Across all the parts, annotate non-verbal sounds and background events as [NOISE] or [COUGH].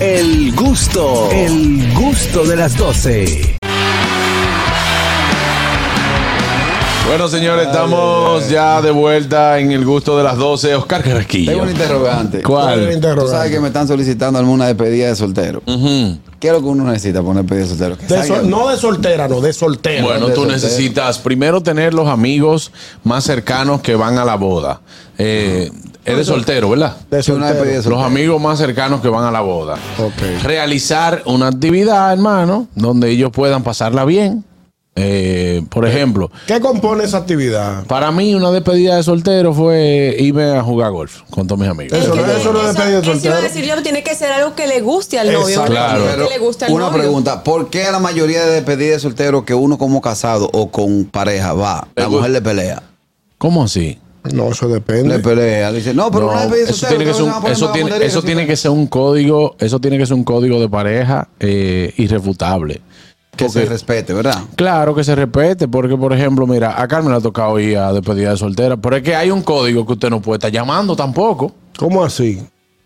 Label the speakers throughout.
Speaker 1: El gusto, el gusto de las 12.
Speaker 2: Bueno, señores, estamos ya de vuelta en el gusto de las 12. Oscar
Speaker 3: Tengo
Speaker 2: Carrasquillo.
Speaker 3: un interrogante.
Speaker 2: ¿Cuál?
Speaker 3: Tú sabes que me están solicitando alguna despedida de soltero.
Speaker 2: Ujú.
Speaker 3: ¿Qué es lo que uno necesita para una despedida de soltero? Que
Speaker 4: De
Speaker 3: salga
Speaker 4: sol-
Speaker 3: bien.
Speaker 4: no de soltera, no, de soltera.
Speaker 2: Bueno,
Speaker 3: ¿Dónde
Speaker 2: tú
Speaker 3: soltero?
Speaker 2: necesitas primero tener los amigos más cercanos que van a la boda. Eh, eres soltero, ¿verdad?
Speaker 4: de
Speaker 3: Sí, una
Speaker 4: soltero.
Speaker 3: despedida de soltero.
Speaker 2: Los amigos más cercanos que van a la boda.
Speaker 4: Ok.
Speaker 2: Realizar una actividad, hermano, donde ellos puedan pasarla bien. Eh, por ejemplo,
Speaker 4: ¿Qué compone esa actividad?
Speaker 2: para mí una despedida de soltero fue irme a jugar golf con todos mis amigos.
Speaker 4: Eso no, eso no es despedida de
Speaker 5: Eso iba a
Speaker 4: soltero.
Speaker 5: decir yo, tiene que ser algo que le guste al novio.
Speaker 4: Exacto.
Speaker 5: ¿verdad?
Speaker 2: Claro.
Speaker 5: Que le guste al
Speaker 3: una
Speaker 5: novio.
Speaker 3: pregunta, ¿por qué a la mayoría de despedidas de soltero que uno como casado o con pareja va, la mujer le pelea?
Speaker 2: ¿Cómo así?
Speaker 4: No, eso
Speaker 3: Le
Speaker 4: depende.
Speaker 3: pelea, dice, no, pero
Speaker 2: No,
Speaker 3: una despedida de
Speaker 2: eso
Speaker 3: soltero.
Speaker 2: tiene que
Speaker 3: ¿cómo
Speaker 2: ser
Speaker 3: se va a
Speaker 2: un,
Speaker 3: poner
Speaker 2: eso
Speaker 3: una
Speaker 2: tiene-
Speaker 3: bandería
Speaker 2: eso
Speaker 3: así?
Speaker 2: tiene que ser un código, eso tiene que ser un código de pareja eh, irrefutable.
Speaker 3: que se
Speaker 2: porque-
Speaker 3: respete, ¿verdad?
Speaker 2: Claro que se respete, porque por ejemplo, mira, a Carmen le ha tocado ir a despedida de soltera, pero es que hay un código que usted no puede estar llamando tampoco.
Speaker 4: ¿Cómo así?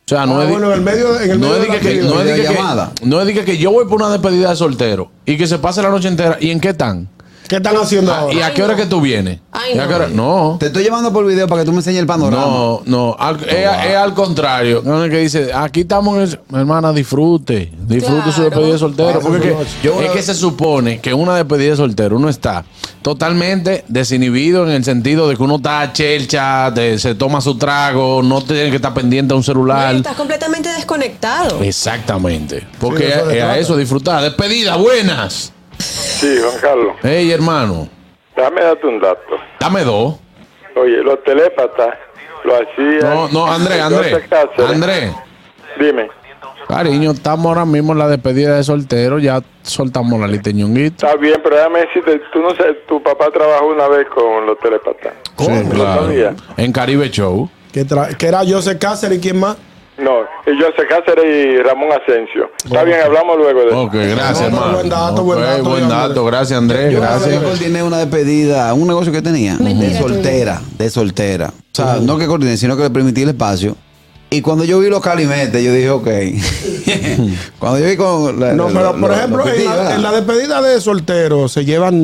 Speaker 2: O sea, no
Speaker 4: Ah,
Speaker 2: es di-
Speaker 4: bueno, en el medio, en el
Speaker 2: no es
Speaker 4: medio de la
Speaker 2: diga que,
Speaker 4: actividad.
Speaker 2: no es diga que-
Speaker 3: videollamada.
Speaker 2: no es diga que yo voy por una despedida de soltero y que se pase la noche entera. ¿Y en qué están?
Speaker 4: ¿Qué están haciendo ahora?
Speaker 2: Ah, ¿Y a
Speaker 5: Ay,
Speaker 2: qué hora
Speaker 5: no.
Speaker 2: que tú vienes?
Speaker 5: Ay,
Speaker 2: ¿Y a qué
Speaker 5: no.
Speaker 2: hora? No.
Speaker 3: Te estoy llamando por video para que tú me enseñes el panorama.
Speaker 2: No, no, al- es, es al contrario. No es que dice, aquí estamos, en el- hermana, disfrute, disfrute su
Speaker 5: Claro.
Speaker 2: despedida de soltero.
Speaker 4: Pasa
Speaker 2: Porque
Speaker 4: su
Speaker 2: es que-
Speaker 4: noche.
Speaker 3: Yo una
Speaker 2: es que
Speaker 3: vez-
Speaker 2: se supone que una despedida de soltero, uno está totalmente desinhibido en el sentido de que uno está a chelcha, de- se toma su trago, no tiene que estar pendiente a un
Speaker 5: Oye,
Speaker 2: celular.
Speaker 5: Estás completamente desconectado.
Speaker 2: Exactamente. Porque
Speaker 4: de eso se
Speaker 2: es a
Speaker 4: trata.
Speaker 2: eso disfrutar. Despedida, buenas.
Speaker 6: Sí, Juan Carlos,
Speaker 2: Hey, hermano,
Speaker 6: déjame darte un dato.
Speaker 2: dame dos.
Speaker 6: Oye, los telépatas lo hacían.
Speaker 2: No, no, André, André.
Speaker 6: Entonces, Cáceres,
Speaker 2: André.
Speaker 6: Dime,
Speaker 2: Cariño, estamos ahora mismo en la despedida de soltero, ya soltamos la lista de ñonguito.
Speaker 6: está bien, pero déjame decirte, tú no sabes, tu papá trabajó una vez con los telépatas.
Speaker 2: Sí, claro.
Speaker 6: sabía.
Speaker 2: En Caribe Show.
Speaker 4: ¿Qué, tra- qué era José Cáceres y quién más?
Speaker 6: No, y José Cáceres y Ramón Asensio. Está bien, hablamos luego de
Speaker 2: Ok, gracias,
Speaker 4: No, no,
Speaker 2: hermano.
Speaker 4: buen dato,
Speaker 2: Ok,
Speaker 4: buen dato,
Speaker 2: buen
Speaker 4: Andrés.
Speaker 2: dato. Gracias, Andrés.
Speaker 3: Yo
Speaker 2: Gracias.
Speaker 3: una vez coordiné una despedida, un negocio que tenía, de soltera, de soltera. O sea, no que coordiné, sino que le permití el espacio. Y cuando yo vi los calimetes, yo
Speaker 4: [LAUGHS]
Speaker 3: dije, ok. cuando yo vi con...
Speaker 2: Ah,
Speaker 3: la-
Speaker 4: No,
Speaker 3: la-
Speaker 4: pero
Speaker 3: la-
Speaker 4: por
Speaker 3: la-
Speaker 4: ejemplo,
Speaker 3: los
Speaker 4: en
Speaker 3: vestidos,
Speaker 4: la,
Speaker 3: ¿verdad?
Speaker 4: en la despedida de solteros se llevan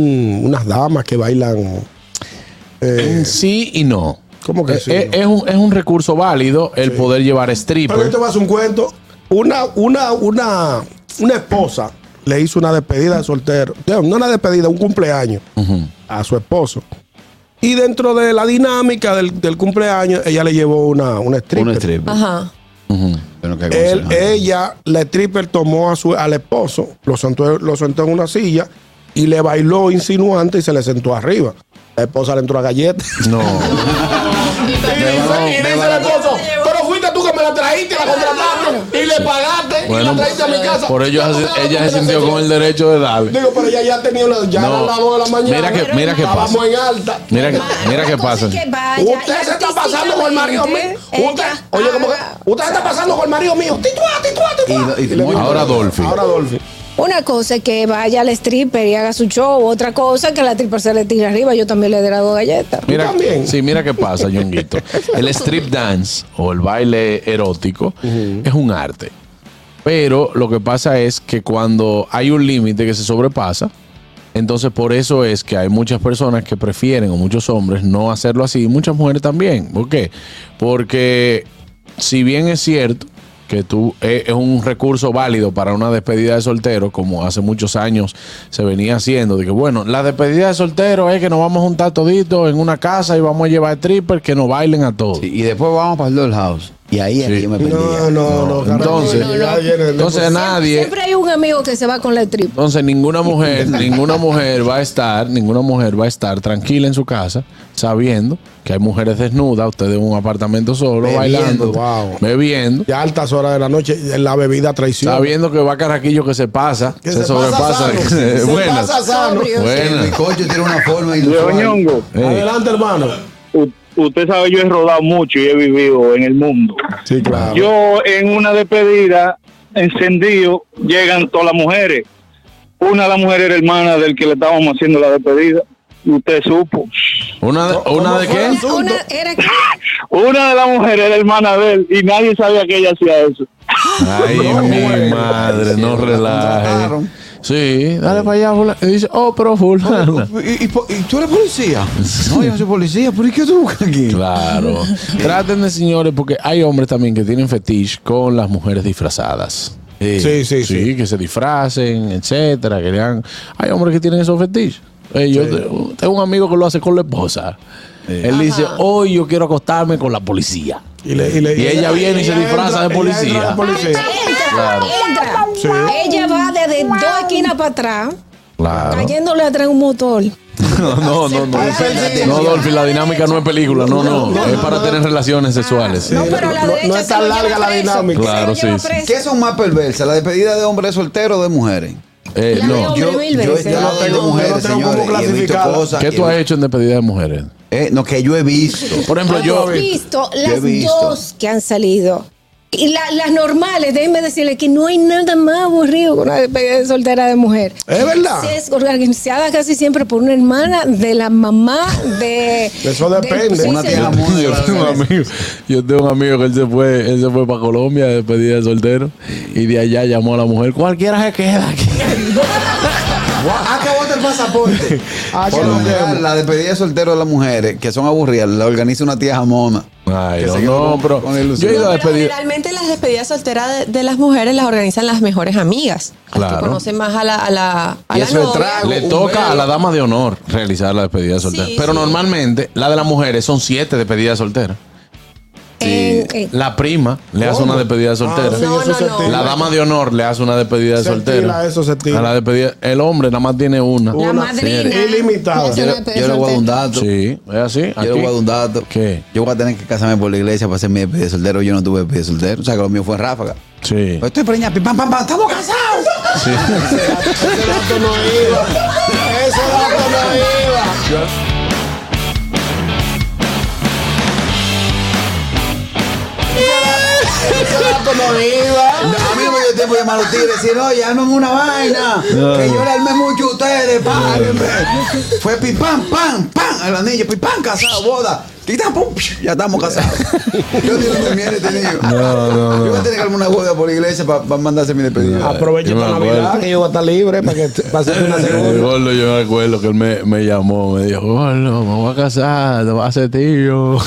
Speaker 4: unas damas que bailan. eh,
Speaker 2: Sí y no.
Speaker 4: ¿Cómo que
Speaker 2: Eh,
Speaker 4: sí,
Speaker 2: eh,
Speaker 4: no?
Speaker 2: Es, un, es un recurso válido el poder llevar
Speaker 4: pero yo
Speaker 2: stripper.
Speaker 4: te voy a hacer un cuento. Una, una, una, una esposa le hizo una despedida de soltero. No no una despedida, un cumpleaños a su esposo. Y dentro de la dinámica del, del cumpleaños, ella le llevó una, una stripper.
Speaker 3: Un stripper.
Speaker 5: Ajá.
Speaker 3: Pero que
Speaker 4: Él,
Speaker 3: aconseja.
Speaker 4: ella, la stripper tomó a su, al esposo, lo sentó, lo sentó en una silla y le bailó insinuante y se le sentó arriba. La esposa le entró a galleta.
Speaker 2: No.
Speaker 4: Y dice,
Speaker 3: balón,
Speaker 4: y
Speaker 3: de
Speaker 4: dice el
Speaker 3: balón.
Speaker 4: esposo, pero fuiste tú que me la trajiste, la contrataste y le pagaste y
Speaker 2: Bueno,
Speaker 4: la trajiste a mi casa.
Speaker 2: por ello
Speaker 4: Ya tú
Speaker 2: ella,
Speaker 4: sabes
Speaker 2: ella se
Speaker 4: cómo te la
Speaker 2: sintió con el derecho de darle.
Speaker 4: Digo, pero ella ya tenía una, ya
Speaker 2: No.
Speaker 4: eran las 2 de la mañana.
Speaker 2: Mira que- mira que
Speaker 4: Estábamos
Speaker 2: pasa.
Speaker 4: en alta.
Speaker 2: Mira que, mira qué
Speaker 5: Una cosa
Speaker 2: pasa.
Speaker 5: es que vaya
Speaker 4: Usted
Speaker 5: y
Speaker 4: se está pasando con el marido mío.
Speaker 5: ella
Speaker 4: Usted, oye, como que.
Speaker 5: haga-
Speaker 4: Usted se está pasando con el marido mío. Tituá, tituá, tituá.
Speaker 3: Y- y-
Speaker 4: Y le digo,
Speaker 2: Ahora Dolphy.
Speaker 4: Ahora Dolphy.
Speaker 7: Una cosa es que vaya al stripper y haga su show, otra cosa es que la stripper se le tire arriba, yo también le daré dos galletas.
Speaker 2: Mira,
Speaker 4: también.
Speaker 2: sí, mira qué pasa, Ñonguito. El strip dance o el baile erótico es un arte. Pero lo que pasa es que cuando hay un límite que se sobrepasa, entonces por eso es que hay muchas personas que prefieren, o muchos hombres, no hacerlo así, y muchas mujeres también. ¿Por qué? Porque si bien es cierto que tú eh, es un recurso válido para una despedida de soltero, como hace muchos años se venía haciendo, de que bueno, la despedida de soltero es que nos vamos a juntar toditos en una casa y vamos a llevar strippers que nos bailen a todos.
Speaker 3: Sí, y después vamos para el doll house. Y ahí es
Speaker 2: Sí.
Speaker 3: que yo me perdía.
Speaker 4: No, no, no. carajo,
Speaker 2: entonces-
Speaker 4: ya viene el-
Speaker 2: Entonces nadie...
Speaker 7: Siempre hay un amigo que se va con la stripper.
Speaker 2: Entonces ninguna
Speaker 4: [LAUGHS]
Speaker 2: mujer, ninguna mujer va a estar, ninguna mujer va a estar tranquila en su casa sabiendo que hay mujeres desnudas, usted en un apartamento solo
Speaker 3: Bebiendo,
Speaker 2: bailando,
Speaker 4: wow.
Speaker 2: bebiendo,
Speaker 4: Ya a altas horas de la noche, la bebida traiciona.
Speaker 2: sabiendo que va Carraquillo que se pasa,
Speaker 4: Que
Speaker 2: se, sobrepasa, [LAUGHS]
Speaker 4: sano, se
Speaker 2: buenas,
Speaker 4: pasa sano.
Speaker 7: Sobrio.
Speaker 3: El
Speaker 2: buenas.
Speaker 3: bizcocho tiene una forma
Speaker 8: Viejo
Speaker 3: inusual.
Speaker 8: Ñongo,
Speaker 2: Ey,
Speaker 4: Adelante, hermano.
Speaker 8: u- usted sabe, yo he rodado mucho y he vivido en el mundo.
Speaker 4: Sí, claro.
Speaker 8: Yo en una despedida, encendido, llegan todas las mujeres. Una de las mujeres era hermana del que le estábamos haciendo la despedida. Usted supo.
Speaker 2: una de, una
Speaker 4: ¿Cómo
Speaker 2: de
Speaker 4: fue?
Speaker 2: qué?
Speaker 4: Asunto.
Speaker 7: Una era que
Speaker 8: Una de las mujeres era hermana de él y nadie sabía que ella hacía eso.
Speaker 2: Ay, mi madre, no relaje.
Speaker 3: contrataron.
Speaker 2: Sí, dale para allá, fulano. Y dice, oh, pero fulano.
Speaker 3: ¿Y, y po- y tú eres policía? No, yo no soy policía. ¿Por qué tú buscas aquí?
Speaker 2: Claro.
Speaker 3: [LAUGHS]
Speaker 2: Traten de señores, porque hay hombres también que tienen fetiche con las mujeres disfrazadas. Eh,
Speaker 4: Sí, sí, sí.
Speaker 2: que se disfracen, etcétera, que le hagan- Hay hombres que tienen esos fetiches. Eh, yo te- tengo un amigo que lo hace con la esposa. Él dice, hoy yo quiero acostarme con la policía.
Speaker 4: Y, le- y le-
Speaker 2: Y ella viene y se disfraza de
Speaker 4: entra- ella entra
Speaker 2: policía.
Speaker 4: de policía.
Speaker 7: Entra,
Speaker 2: Claro.
Speaker 7: entra.
Speaker 4: Sí.
Speaker 7: Ella va desde dos esquinas para atrás,
Speaker 2: Claro.
Speaker 7: cayéndole atrás un motor.
Speaker 2: No, [LAUGHS] no, no, no. No, Dolphy, la dinámica no es película, no, no. Es para tener relaciones sexuales.
Speaker 7: Ah, No, pero la
Speaker 4: No- no
Speaker 7: derecha
Speaker 4: es
Speaker 7: se
Speaker 4: tan
Speaker 7: lo
Speaker 4: larga
Speaker 7: lleva
Speaker 4: la
Speaker 7: preso.
Speaker 4: dinámica.
Speaker 7: Se lo
Speaker 2: Claro,
Speaker 7: lleva
Speaker 2: sí,
Speaker 7: preso.
Speaker 3: ¿Qué son más perversas? ¿La despedida de hombres solteros o de mujeres?
Speaker 2: Eh,
Speaker 7: La de
Speaker 2: no.
Speaker 7: hombre
Speaker 3: Yo,
Speaker 7: mil
Speaker 3: yo he
Speaker 7: veces.
Speaker 3: estado
Speaker 4: Yo no
Speaker 3: de
Speaker 4: tengo-
Speaker 3: mujeres,
Speaker 4: yo no tengo cómo
Speaker 3: señores, y he visto
Speaker 4: clasificarla.
Speaker 3: cosas.
Speaker 2: ¿Qué
Speaker 3: y
Speaker 2: tú
Speaker 3: he
Speaker 2: has
Speaker 3: vi-
Speaker 2: hecho en despedida de mujeres?
Speaker 3: Eh, no, que yo he visto.
Speaker 2: Por ejemplo, yo.
Speaker 7: Yo he visto
Speaker 3: Yo he
Speaker 7: las
Speaker 3: visto.
Speaker 7: dos que han salido. Y la- las normales, déjenme decirles que no hay nada más aburrido que una despedida de soltera de mujer.
Speaker 4: Es verdad.
Speaker 7: Sí, Es organizada casi siempre por una hermana de la mamá de.
Speaker 4: Eso depende.
Speaker 7: del- sí,
Speaker 3: Una
Speaker 7: sí,
Speaker 3: tía
Speaker 7: sí.
Speaker 2: [LAUGHS]
Speaker 3: muy-
Speaker 2: yo tengo un amigo, yo tengo un amigo que él se fue, él se fue para Colombia de despedida de soltero y de allá llamó a la mujer, cualquiera se queda aquí.
Speaker 3: Acabó Ah, el [LAUGHS] pasaporte.
Speaker 4: Ah,
Speaker 3: Por
Speaker 4: que
Speaker 3: lo
Speaker 4: no
Speaker 3: general, la despedida de soltero de las mujeres, que son aburridas, la organiza una tía jamona.
Speaker 2: Ay,
Speaker 3: Que
Speaker 2: no,
Speaker 3: se quedó
Speaker 2: no,
Speaker 3: con-
Speaker 2: pero
Speaker 3: con
Speaker 2: yo
Speaker 3: ilusión.
Speaker 2: he ido
Speaker 5: No,
Speaker 2: a
Speaker 5: pero
Speaker 2: despedir.
Speaker 5: generalmente las despedidas solteras de, de las mujeres las organizan las mejores amigas. Las
Speaker 2: Claro.
Speaker 5: Que conocen más a la, a la, a
Speaker 3: Y
Speaker 5: la
Speaker 3: eso es
Speaker 5: novia.
Speaker 3: trago.
Speaker 2: Le
Speaker 3: un
Speaker 2: toca
Speaker 3: velo.
Speaker 2: a la dama de honor realizar la despedida de soltero.
Speaker 5: Sí,
Speaker 2: pero
Speaker 5: sí.
Speaker 2: normalmente la de las mujeres son siete despedidas solteras.
Speaker 7: En- en-
Speaker 2: La prima le hace una despedida de soltera.
Speaker 4: Ah, sí,
Speaker 5: No,
Speaker 4: eso
Speaker 5: no,
Speaker 4: se
Speaker 5: no.
Speaker 4: tira.
Speaker 2: La dama de honor le hace una despedida de
Speaker 4: Se
Speaker 2: soltero.
Speaker 4: tira, eso se tira.
Speaker 2: A la despedida, el hombre nada más tiene una.
Speaker 7: la
Speaker 4: una
Speaker 7: madrina.
Speaker 4: serie. Ilimitada.
Speaker 7: Es
Speaker 3: Yo,
Speaker 7: una
Speaker 3: le-
Speaker 7: despedida
Speaker 3: yo le voy a dar un dato.
Speaker 2: Sí, es así.
Speaker 3: Yo le voy a dar un dato.
Speaker 2: ¿Qué?
Speaker 3: Yo voy a tener que casarme por la iglesia para hacer mi despedida de soltero. Yo no tuve despedida de soltero. O sea, que lo mío fue en ráfaga.
Speaker 2: Sí.
Speaker 3: Pues estoy preñada, pim, pam, pam, pam, estamos casados.
Speaker 2: sí.
Speaker 4: Ese dato no iba. Ese dato no iba. Ese dato no iba.
Speaker 3: A mí no me dio tiempo de llamar a los tigres y decir, oye, armen una vaina. Que yo le armé mucho a ustedes, párenme. Fue pim, pam, pam, pam, al anillo, pim, pam, casado, boda. Y tam, pum, psh, ya estamos casados. Yo digo que mierda he tenido. Yo voy a tener que armar una boda por la iglesia para mandarse mi despedida.
Speaker 4: Aprovecho
Speaker 2: Yo me
Speaker 4: para
Speaker 2: acuerdo.
Speaker 4: Navidad que yo voy a estar libre para que para hacerte una
Speaker 2: Eh,
Speaker 4: segunda.
Speaker 2: Gordo, yo me acuerdo que él me, me llamó, me dijo, Gordo, me voy a casar, te vas a hacer tío.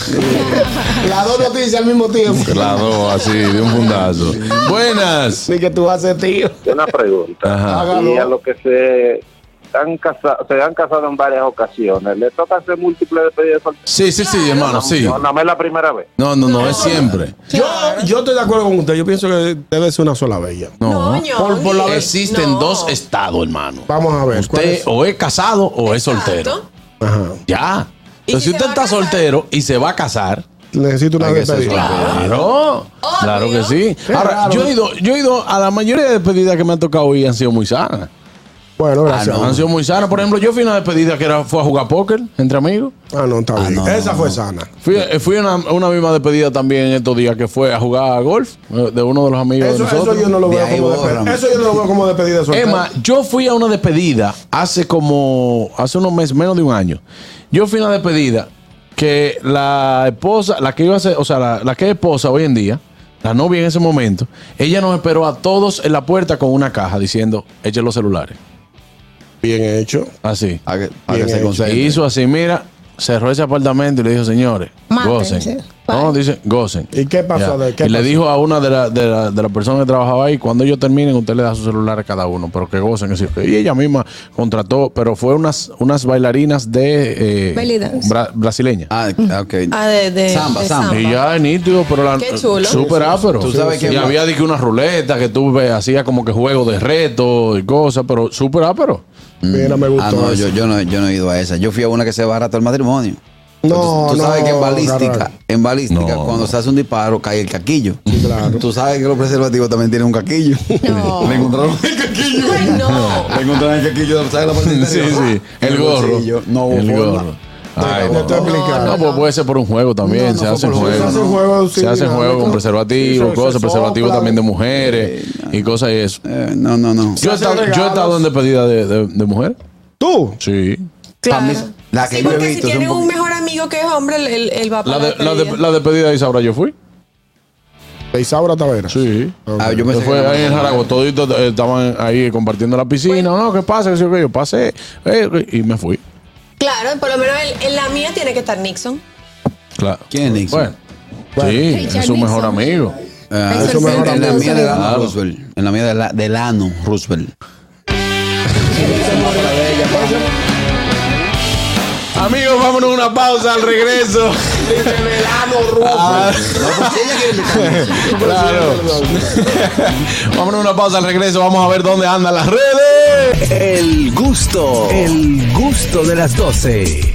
Speaker 4: Las dos noticias al mismo tiempo.
Speaker 2: Claro, así, de un fundazo. Buenas.
Speaker 4: Ni que tú haces tío.
Speaker 9: Una pregunta.
Speaker 2: Ajá.
Speaker 9: Y a
Speaker 4: Hágalo.
Speaker 9: los que se han casado, se han casado en varias ocasiones, ¿le toca hacer múltiples despedidas de soltero?
Speaker 2: Sí, sí, sí, hermano, sí.
Speaker 9: No, nada más es la primera vez.
Speaker 2: No, no, no, es siempre.
Speaker 4: Yo, yo estoy de acuerdo con usted. Yo pienso que debe ser una sola bella.
Speaker 2: No.
Speaker 5: No, ño,
Speaker 4: Por- por la
Speaker 5: ni-
Speaker 4: vez-
Speaker 2: Existen
Speaker 5: no.
Speaker 2: dos estados, hermano.
Speaker 4: Vamos a ver. Pues, ¿cuál
Speaker 2: Usted
Speaker 4: es?
Speaker 2: o es casado o es soltero.
Speaker 5: Exacto.
Speaker 4: Ajá.
Speaker 2: Ya.
Speaker 5: ¿Y
Speaker 2: Entonces,
Speaker 5: si
Speaker 2: si
Speaker 5: se va
Speaker 2: usted
Speaker 5: a
Speaker 2: está
Speaker 5: casar?
Speaker 2: soltero y se va a casar,
Speaker 4: Necesito una
Speaker 2: Hay que ser
Speaker 4: despedida.
Speaker 2: Claro, claro que sí.
Speaker 4: Qué
Speaker 2: Ahora,
Speaker 4: raro.
Speaker 2: yo he, ido, yo he ido a la mayoría de despedidas que me han tocado y han sido muy sanas. Ah,
Speaker 4: Bueno, gracias.
Speaker 2: Han sido muy sanas. Por ejemplo, yo fui a una despedida que era, fue a jugar póker entre amigos.
Speaker 4: Ah, no, está bien.
Speaker 3: no,
Speaker 4: Esa
Speaker 3: no,
Speaker 4: fue
Speaker 3: no.
Speaker 4: sana.
Speaker 2: Fui, eh, fui a una, a una misma despedida también estos días que fue a jugar a golf eh, de uno de los amigos de
Speaker 4: Eso,
Speaker 2: nosotros.
Speaker 4: eso yo no lo
Speaker 3: De
Speaker 4: veo
Speaker 3: ahí
Speaker 4: como
Speaker 3: bórrame.
Speaker 4: despedida. Eso yo no lo veo como despedida soltera.
Speaker 2: Emma, yo fui a una despedida hace como, hace unos meses, menos de un año. Yo fui a una despedida que la esposa, la que iba a ser, o sea, la, la que es esposa hoy en día, la novia en ese momento, ella nos esperó a todos en la puerta con una caja diciendo, echen los celulares.
Speaker 4: bien hecho.
Speaker 2: Así.
Speaker 3: A que, a
Speaker 4: Bien
Speaker 3: que se
Speaker 4: hecho.
Speaker 2: E
Speaker 3: concentre.
Speaker 2: hizo así, mira, cerró ese apartamento y le dijo, señores,
Speaker 7: Mátense.
Speaker 2: gocen. No, dice, gocen.
Speaker 4: ¿Y qué pasó
Speaker 2: Ya.
Speaker 4: de- qué
Speaker 2: y le
Speaker 4: pasó?
Speaker 2: dijo a una de las de la, de las personas que trabajaba ahí, cuando ellos terminen, usted le da su celular a cada uno, pero que gocen. que sí, que- Y ella misma contrató, pero fue unas, unas bailarinas de eh,
Speaker 7: Belly dance.
Speaker 2: bra- brasileña.
Speaker 3: Ah, ok.
Speaker 5: Ah, de, de-
Speaker 3: Samba,
Speaker 5: de
Speaker 3: samba.
Speaker 2: Y ya es nítido, pero la
Speaker 5: Qué chulo.
Speaker 2: super ápero.
Speaker 3: Tú sabes
Speaker 2: y
Speaker 3: que-
Speaker 2: había de que una ruleta que tú ve- hacía como que juego de reto y cosas, pero super ápero.
Speaker 4: Mira, me gustó.
Speaker 3: Ah, no, yo,
Speaker 4: eso.
Speaker 3: yo no, yo no he ido a esa. Yo fui a una que se barata el matrimonio.
Speaker 4: No,
Speaker 3: tú, tú sabes
Speaker 4: no,
Speaker 3: que en balística,
Speaker 4: Carlos.
Speaker 3: en balística,
Speaker 2: No.
Speaker 3: cuando se hace un disparo, cae el caquillo.
Speaker 4: claro.
Speaker 3: Tú sabes que los preservativos también tienen un caquillo.
Speaker 7: No.
Speaker 3: [LAUGHS] Le encontraron el caquillo.
Speaker 5: Ay, no.
Speaker 3: [LAUGHS] Le encontraron el caquillo, ¿sabes la parte
Speaker 2: Sí,
Speaker 3: interior?
Speaker 2: sí.
Speaker 3: En
Speaker 2: [LAUGHS] El gorro.
Speaker 3: bolsillo. No, hubo
Speaker 2: el
Speaker 3: forma.
Speaker 2: gorro. Ay,
Speaker 4: Te- te
Speaker 2: no.
Speaker 4: estoy explicando.
Speaker 2: No, pues puede ser por un juego también.
Speaker 3: No, no,
Speaker 2: se
Speaker 3: fue
Speaker 2: hacen
Speaker 3: por un
Speaker 2: juegos.
Speaker 3: juego.
Speaker 2: Se
Speaker 3: Se
Speaker 2: hacen
Speaker 3: hacen
Speaker 4: juegos,
Speaker 2: juegos
Speaker 4: sí, dinámico.
Speaker 2: con
Speaker 4: Sí,
Speaker 2: preservativos,
Speaker 4: se- se
Speaker 2: cosas, preservativos
Speaker 4: soplan.
Speaker 2: también de mujeres y cosas y eso.
Speaker 3: Eh, no, no, no.
Speaker 2: Yo he,
Speaker 4: hacen
Speaker 2: estado, yo he
Speaker 4: regalos.
Speaker 2: estado en despedida de, de, de mujer.
Speaker 4: Tú.
Speaker 2: Sí.
Speaker 3: Pa' mí,
Speaker 5: Claro.
Speaker 3: la que
Speaker 5: sí,
Speaker 3: yo he
Speaker 5: porque si
Speaker 3: visto. son
Speaker 5: tienen un
Speaker 3: poqu-
Speaker 5: mejor amigo que es hombre, él, él- él va para
Speaker 2: La,
Speaker 5: la
Speaker 2: de, la, de-
Speaker 5: despedida.
Speaker 2: la despedida de Isaura yo fui.
Speaker 4: De Isaura Tavera.
Speaker 2: Sí.
Speaker 3: Ah, yo
Speaker 2: Entonces
Speaker 3: pensé
Speaker 2: fue
Speaker 3: que no.
Speaker 2: ahí en Jarago, toditos eh, estaban ahí compartiendo la piscina. No, ¿qué pasa? Que sí, que Yo pasé eh, y me fui.
Speaker 5: Claro, por lo menos en, en la mía tiene que estar Nixon.
Speaker 2: Claro.
Speaker 3: ¿Quién es Nixon?
Speaker 2: Bueno, sí,
Speaker 7: Richard
Speaker 2: es su mejor
Speaker 7: Nixon.
Speaker 2: amigo.
Speaker 3: Ah,
Speaker 5: Eso
Speaker 3: eso
Speaker 5: es
Speaker 3: me-
Speaker 5: mejor
Speaker 3: en la
Speaker 5: amigo.
Speaker 3: mía de Lano
Speaker 2: Claro.
Speaker 3: Roosevelt. En la mía de, la, de Lano Roosevelt.
Speaker 2: Amigos, vámonos a una pausa al regreso.
Speaker 3: Ah, no, pues ella quiere invitarme.
Speaker 2: claro. vámonos a una pausa al regreso. Vamos a ver dónde andan las redes.
Speaker 1: El gusto, el gusto de las 12.